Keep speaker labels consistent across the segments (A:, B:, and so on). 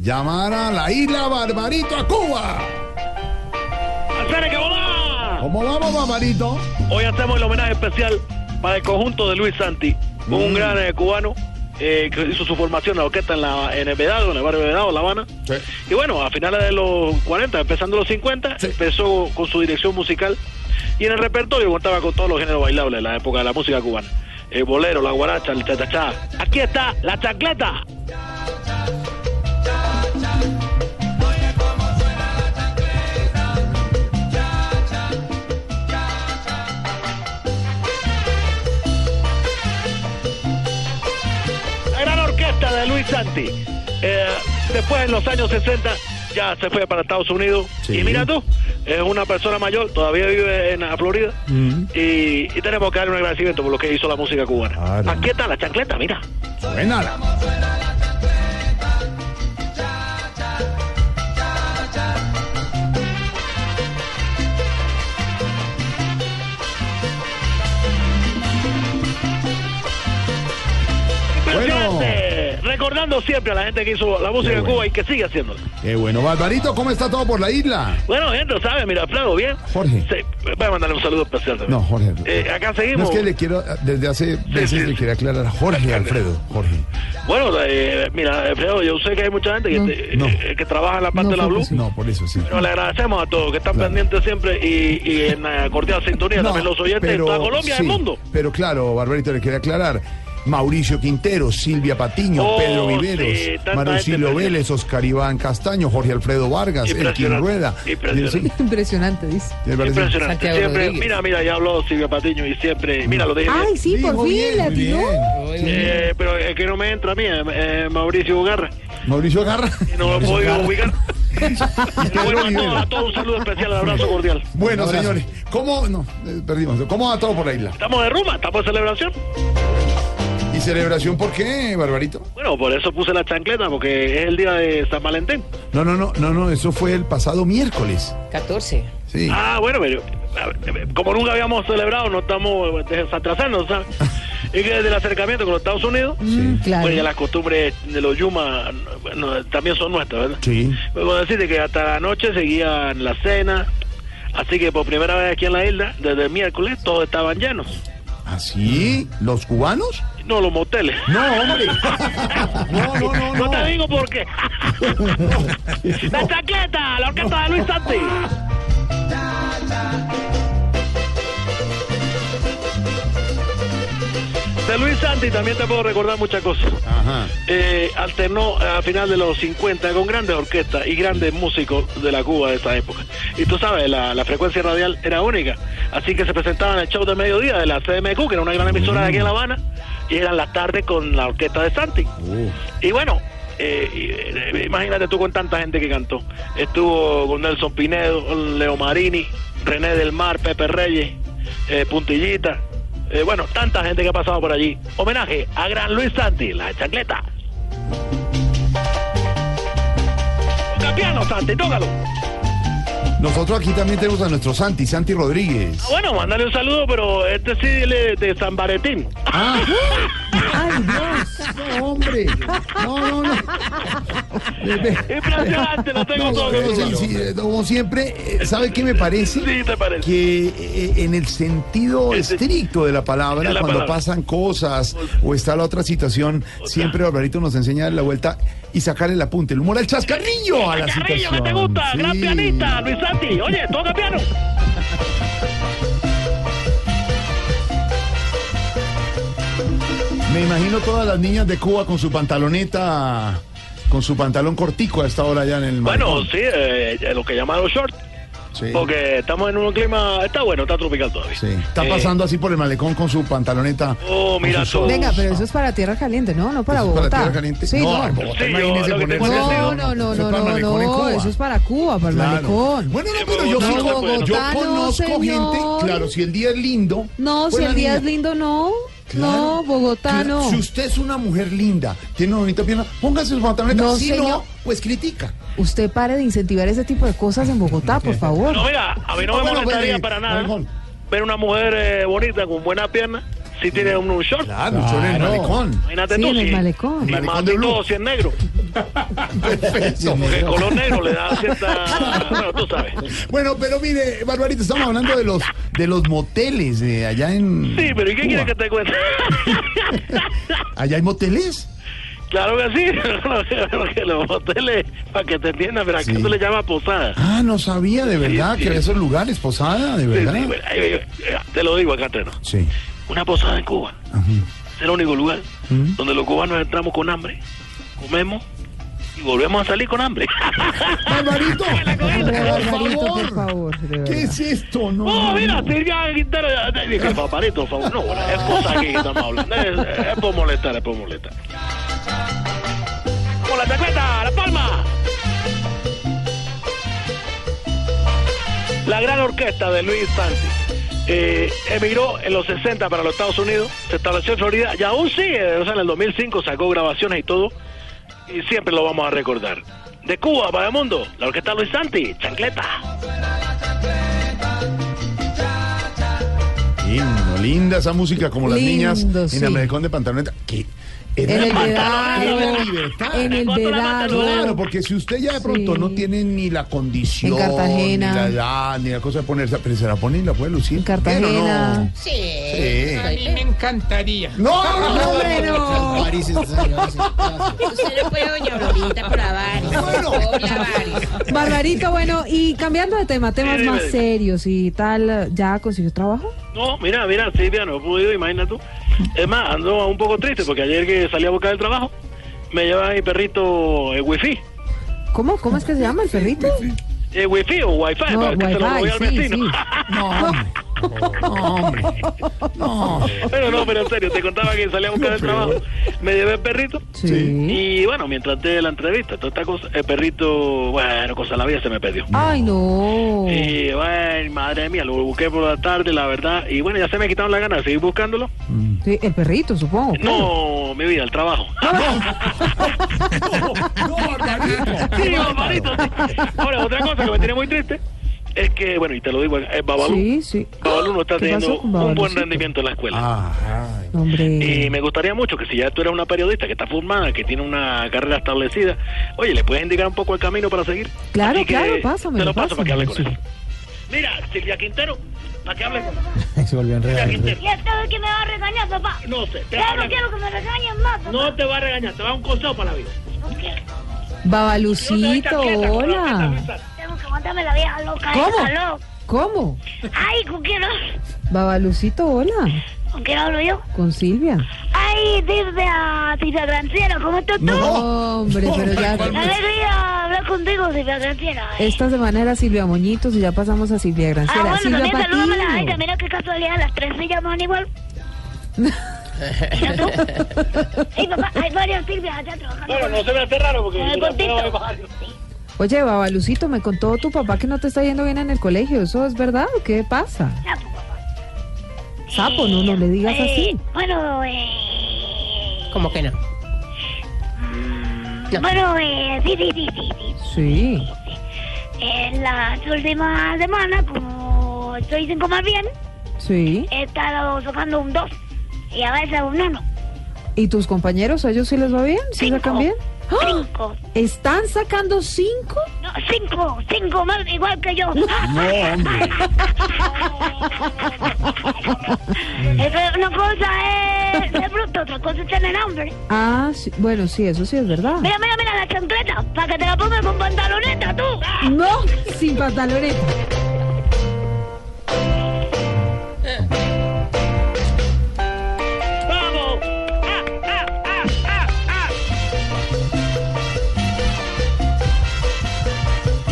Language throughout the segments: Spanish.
A: llamar a la isla Barbarito a Cuba.
B: ¡Espere que volá!
A: ¿Cómo vamos, Barbarito?
B: Hoy hacemos el homenaje especial para el conjunto de Luis Santi,
A: Mm.
B: un gran eh, cubano eh, que hizo su formación en la orquesta en, la, en el Vedado, en el barrio Vedado, La Habana.
A: Sí.
B: Y bueno, a finales de los 40, empezando los 50,
A: Sí.
B: empezó con su dirección musical y en el repertorio contaba con todos los géneros bailables de la época de la música cubana. El bolero, la guaracha, el tachachá. Aquí está la chancleta. La gran orquesta de Luis Santi. Eh, después, en los años 60, ya se fue para Estados Unidos.
A: Sí.
B: Y mira tú, es una persona mayor, todavía vive en la Florida.
A: Mm.
B: Y, y tenemos que darle un agradecimiento por lo que hizo la música cubana.
A: Claro.
B: Aquí está la chancleta, mira.
A: Suénala.
B: Impresionante. Recordando siempre a la gente que hizo la música
A: Qué
B: en Cuba
A: bueno.
B: y que sigue haciéndolo.
A: Qué bueno, Barbarito, ¿cómo está todo por la isla?
B: Bueno, gente, ¿sabes? Mira, Flaco, bien.
A: Jorge.
B: Sí, voy a mandarle un saludo especial también.
A: No, Jorge.
B: Eh, acá
A: No
B: seguimos.
A: es que le quiero, desde hace
B: sí,
A: veces le
B: sí.
A: quería aclarar a Jorge Alfredo. Jorge.
B: Bueno, eh, mira, Alfredo, yo sé que hay mucha gente que, te-
A: no.
B: eh, que trabaja en la parte de la
A: por
B: Blue.
A: eso. No, por eso sí.
B: Pero le agradecemos a todos que están
A: Claro.
B: pendientes siempre y, y en la cordial sintonía
A: No,
B: también los oyentes
A: pero-
B: de toda Colombia y
A: sí,
B: el mundo.
A: Pero claro, Barbarito le quería aclarar. Mauricio Quintero, Silvia Patiño,
B: Oh,
A: Pedro
B: sí,
A: Viveros,
B: tanta
A: Marucilio
B: gente
A: Vélez, Oscar Iván Castaño, Jorge Alfredo Vargas, Elkin
B: Impresionante,
A: Rueda.
B: impresionante.
C: Impresionante, dice.
A: ¿Sí? ¿Le parece?
B: Impresionante.
C: Santiago
B: siempre,
C: Rodríguez.
B: mira, mira, ya habló Silvia Patiño y siempre, mira, lo dije. bien.
C: Ay, sí, por
A: Dijo bien,
C: fin, la
A: muy bien.
C: tiró.
B: Eh, pero es que no me entra a mí, eh, eh, Mauricio Garra.
A: Mauricio Garra.
B: No lo he podido ubicar.
A: Y Pedro
B: bueno, a
A: Olivera.
B: todos, a todos un saludo especial, un abrazo cordial.
A: Bueno, señores, ¿cómo? No, eh, perdimos. ¿Cómo va todo por la isla?
B: Estamos de rumba, estamos de celebración.
A: ¿Y celebración por qué, Barbarito?
B: Bueno, por eso puse la chancleta, porque es el día de San Valentín.
A: No, no, no, no, no, eso fue el pasado miércoles.
C: 14.
A: Sí.
B: Ah, bueno, pero a ver, como nunca habíamos celebrado, no estamos eh, desatrasando, ¿sabes? Es que desde el acercamiento con los Estados Unidos,
C: Mm, claro.
B: pues ya las costumbres de los Yuma bueno, también son nuestras, ¿verdad?
A: Sí.
B: Debo decirte que hasta la noche seguían la cena, así que por primera vez aquí en la isla, desde el miércoles, todos estaban llenos.
A: ¿Así? ¿Ah, ¿Los cubanos?
B: No, los moteles.
A: No, hombre. No, no, no,
B: No
A: no.
B: te digo por qué. La chaqueta, la orquesta de Luis Santi. De Luis Santi también te puedo recordar muchas cosas.
A: Ajá.
B: Eh, alternó a final de los 50 con grandes orquestas y grandes músicos de la Cuba de esa época. Y tú sabes, la, la frecuencia radial era única. Así que se presentaban el show de mediodía de la CMQ, que era una gran emisora de aquí en La Habana, y eran las tardes con la orquesta de Santi.
A: Uf.
B: Y bueno, eh, y, eh, imagínate tú con tanta gente que cantó. Estuvo con Nelson Pinedo, con Leo Marini, René del Mar, Pepe Reyes, eh, Puntillita. Eh, bueno, tanta gente que ha pasado por allí. Homenaje a Gran Luis Santi, la chancleta. Toca piano, Santi, tócalo. Ah,
A: Nosotros aquí también tenemos a nuestro Santi, Santi Rodríguez.
B: Ah, Bueno, mandale un saludo, pero este sí él es de San Baretín.
A: Ah. ¡Ay, Dios! No, hombre. No, no, no.
B: Impresionante, lo tengo todo
A: pero
B: controlado.
A: sí, sí, eh, como siempre, eh, ¿sabe qué me parece?
B: Sí, te parece.
A: Que eh, en el sentido
B: Ese-
A: estricto de la palabra,
B: de la
A: cuando
B: palabra.
A: pasan cosas o está la otra situación, siempre Barbarito nos enseña a dar la vuelta y sacar el apunte, el humor al chascarrillo a la
B: Carrillo,
A: situación.
B: que te gusta,
A: Sí.
B: gran pianista, Luis Santi. Oye, toca piano.
A: Me imagino todas las niñas de Cuba con su pantaloneta, con su pantalón cortico a esta hora ya en el
B: Bueno,
A: malecón.
B: sí, eh, eh, lo que llaman los short,
A: Sí.
B: porque estamos en un clima, está bueno, está tropical todavía.
A: Sí. Está
B: Eh,
A: pasando así por el malecón con su pantaloneta.
B: Oh, mira
A: con su short.
B: tú.
C: Venga, pero eso es para Tierra Caliente, ¿no?
A: ¿Eso
C: No para
A: es para
C: Bogotá.
A: Tierra Caliente?
C: Sí,
A: no,
C: no.
A: en Bogotá,
B: Sí, yo,
A: imagínese
B: lo que
A: ponerse
B: tengo
A: eso.
C: No,
B: entendido.
C: no, no,
A: Eso
C: no,
A: es para el
C: no,
A: malecón en Cuba.
C: eso es para Cuba, para el
A: Claro.
C: malecón.
A: Bueno, no, pero yo,
B: No,
A: sí
B: no,
A: con- yo
C: Bogotá no,
A: conozco gente,
C: señor.
A: claro, si el día es lindo.
C: No, si
A: buena
C: el día
A: pues niña.
C: es lindo, no.
A: Claro.
C: No, Bogotá
A: Claro,
C: no.
A: Si usted es una mujer linda, tiene una bonita pierna, póngase su pantaloneta.
C: No,
A: si
C: señor.
A: no, pues critica.
C: Usted pare de incentivar ese tipo de cosas en Bogotá, por favor.
B: No, mira, a mí no
A: Ah,
B: me
A: bueno,
B: molestaría
A: pues,
B: para nada
A: Maricón.
B: ver una mujer eh, bonita con buena pierna sí tiene un, un short.
A: Claro, mucho en el
D: Claro.
A: malecón.
B: Imagínate
C: Sí,
B: tú,
C: en el
B: sí.
C: malecón.
B: Y
A: Malecón
B: más
A: de
B: de
A: Blue.
B: todo, si es negro.
A: Pues,
C: pues,
A: Perfecto.
B: Porque el color negro le da cierta. Bueno, tú sabes.
A: Bueno, pero mire, Barbarita, estamos hablando de los de los moteles eh, allá en.
B: Sí, pero ¿y qué
A: Cuba.
B: quieres que te cuente?
A: ¿Allá hay moteles?
B: claro que sí. Porque los hoteles, para que te entiendan, pero aquí
A: Sí.
B: tú le llamas posada.
A: Ah, no sabía, de verdad,
B: sí.
A: que había esos lugares, posada, de
B: Sí,
A: verdad.
B: sí, bueno, ahí, ahí, ahí, te lo digo acá, Treno.
A: Sí.
B: Una posada en Cuba.
A: Ajá.
B: Es el único lugar
A: Mm.
B: donde los cubanos entramos con hambre, comemos y volvemos a salir con hambre.
A: Barbarito, por
C: Barbarito,
A: favor.
C: por favor. de
A: ¿Qué
C: verdad.
A: es esto? No.
B: Oh,
A: no,
B: mira,
A: no.
B: Silvia Quintero, ya te eh, dije, paparito, por favor. No, bueno, es cosa aquí que estamos hablando. Es, es por molestar, es por molestar. ¡Con la chaqueta, la palma! La gran orquesta de Luis Santi eh, emigró en los 60 para los Estados Unidos, se estableció en Florida y aún sigue, o sea, en el 2005 sacó grabaciones y todo, y siempre lo vamos a recordar. De Cuba para el mundo, la orquesta Luis Santi, chancleta.
A: Lindo, linda esa música, como las
C: Lindo,
A: niñas
C: sí.
A: en el malecón de pantaloneta. ¿Qué? Era
C: En el
A: la
C: vedado.
A: libertad.
C: En el
B: Encontró la
A: Claro,
C: vedado.
A: porque si usted ya de pronto
C: Sí.
A: no tiene ni la condición,
C: En Cartagena.
A: ni la edad, ni la cosa de ponerse, pero se la pone y la puede lucir.
C: En
A: Bien, ¿o
C: Cartagena.
A: no?
D: Sí,
A: Sí.
D: a mí me encantaría.
A: No, no,
C: No,
A: no, no.
C: bueno.
E: París esta señora se pasa.
F: Usted no fue doña Aurorita por avaricia.
A: Bueno.
F: Pobre avaricia.
C: Barbarito, bueno, y cambiando de tema, temas
B: dime,
C: más
B: dime.
C: serios y tal, ¿ya consiguió trabajo?
B: No, mira, mira, Silvia, no he podido, imagínate tú. Es más, ando un poco triste porque ayer que salí a buscar el trabajo, me llevaba mi perrito el wifi.
C: ¿Cómo? ¿Cómo es que se llama el perrito?
B: El wifi o wifi,
C: No,
B: para que se lo
C: wifi,
B: voy al
C: sí,
B: vecino.
C: sí.
A: No, hombre. No, hombre. No.
B: pero no, pero en serio, te contaba que salí a buscar el trabajo, me llevé el perrito.
C: Sí.
B: Y bueno, mientras de la entrevista, toda esta cosa, el perrito, bueno, cosa de la vida se me perdió.
C: Ay, no.
B: Y bueno, madre mía, lo busqué por la tarde, la verdad. Y bueno, ya se me quitaron las ganas de seguir buscándolo.
C: Ah. Sí, el perrito, supongo.
B: No, mi vida, el trabajo.
A: No, Barbarito.
B: Sí, barbarito, sí. Ahora, otra cosa que me tiene muy triste es que, bueno, y te lo digo, el Babalú,
C: Sí, sí.
B: Babalú no está
C: ¿Qué
B: teniendo
C: pasó con
B: un buen
C: Babalucito?
B: rendimiento en la escuela.
A: Ah,
C: No,
B: Y
C: hombre.
B: me gustaría mucho que si ya tú eres una periodista que está formada, que tiene una carrera establecida, oye, ¿le puedes indicar un poco el camino para seguir?
C: Claro,
B: Así que
C: claro, pásamelo,
B: Te lo paso para que hable
C: pásamelo,
B: con
C: sí.
B: él. Mira, Silvia Quintero, para que hable con
E: Se volvió a
B: Silvia
E: enredar. ¿eh?
B: Quintero.
G: Y esta vez que me va a regañar, papá.
B: No sé, te va
G: Ya
B: a
G: no
B: regañar.
G: quiero que me regañen más, papá.
B: No te va a regañar, te va a dar un consejo para la vida.
G: No quiero.
B: Yo te doy chancleta,
C: Babalucito,
B: con la chancleta,
C: hola.
B: Luisana.
G: Tengo que mandarme la vieja loca.
C: ¿Cómo?
G: esa loca.
C: ¿Cómo?
G: Ay, ¿con quién, hablo?
C: Babalucito, hola.
G: ¿Con quién hablo yo?
C: Con Silvia.
G: Ay, Silvia, Silvia Granciera, ¿cómo estás tú?
A: No.
C: Hombre, pero
G: Qué
C: ya.
G: alegría hablar contigo, Silvia Granciera. Ay.
C: Esta semana era Silvia Moñitos y ya pasamos a Silvia
G: Ah,
C: Granciera.
G: bueno,
C: Silvia
G: también salúdame a la gente.
C: Patiño.
G: Mira qué casualidad, las tres se llaman igual. ¿Ya tú? Sí, papá, hay varias Silvias allá trabajando.
B: Bueno, no se me hace raro porque...
G: Con el
B: yo también
G: cortito.
B: voy a bajar.
C: Oye, Babalucito, me contó tu papá que no te está yendo bien en el colegio. ¿Eso es verdad o qué pasa?
G: Sapo, pues, papá.
C: Sapo, no, no le digas
G: Eh,
C: así.
G: Bueno, eh...
D: ¿Cómo que no?
G: Bueno, eh, sí, sí, sí, sí, sí.
C: Sí.
G: En las últimas semanas, como estoy sin comer bien,
C: Sí.
G: he estado tocando un 2 y a veces un 1.
C: ¿Y tus compañeros, a ellos sí les va bien? ¿Sí
G: Cinco.
C: sacan bien? ¡Ah!
G: 5,
C: ¿Están sacando cinco?
G: no, 5, 5 más igual que yo.
A: no, hombre.
G: Eso es una cosa eh, es ser bruto, otra cosa es tener hambre.
C: Ah, sí. bueno, sí, eso sí es verdad.
G: Mira, mira, mira la chancleta, para que te la pongas con pantaloneta tú.
C: No, sin pantalones.
B: ¡Vamos! ¡Ah, ah, ah, ah, ah!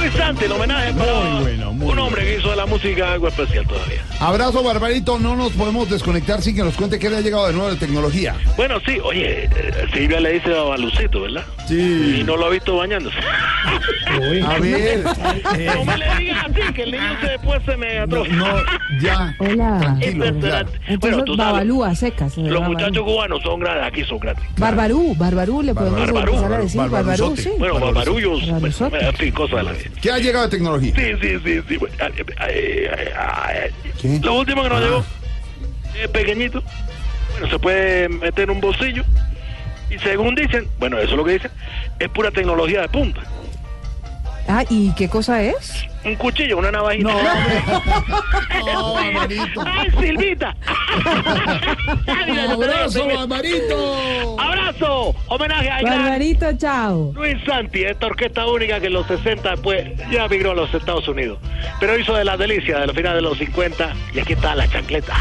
B: Luis Santi, el homenaje para
A: Muy bueno, muy
B: un hombre que hizo de la música algo especial todavía.
A: Abrazo, Barbarito. No nos podemos desconectar sin que nos cuente que le ha llegado de nuevo la tecnología.
B: Bueno, sí, oye, eh, Silvia le dice a Balucito, ¿verdad? Y
A: Sí.
B: no lo ha visto bañándose.
A: A ver.
B: no me le digas así, que el niño se, después se me
A: No,
B: atrofia.
A: no, ya.
C: Hola.
A: Tranquilo, ya.
B: Impresionante.
C: Entonces,
B: tú sabes,
C: Babalú, a secas. eh,
B: los
C: Babalú.
B: muchachos cubanos son grandes, aquí son grandes.
C: Barbarú, Barbarú, le podemos
B: Barbarú,
C: empezar a decir. Barbarú,
A: Barbaruzote.
C: sí.
B: Bueno, barbarullos,
C: Barbaruzote.
B: bueno, en fin, cosas de la vida.
A: ¿Qué ha llegado de tecnología?
B: Sí, sí, sí, sí. bueno, ay, ay, ay, ay.
A: ¿Qué?
B: Lo último que nos
A: Ah.
B: llegó es pequeñito. Bueno, se puede meter en un bolsillo. Y según dicen, bueno, eso es lo que dicen, es pura tecnología de punta.
C: Ah, ¿y qué cosa es?
B: Un cuchillo, una navajita.
A: No, Barbarito.
B: ¡Ay, Silvita!
A: ¡Abrazo, Barbarito!
B: ¡Abrazo! Homenaje a gran
C: Barbarito, chao.
B: Luis Santi, esta orquesta única que en los 60 pues ya migró a los Estados Unidos. Pero hizo de las delicias de los finales de los 50 y aquí está la chancleta.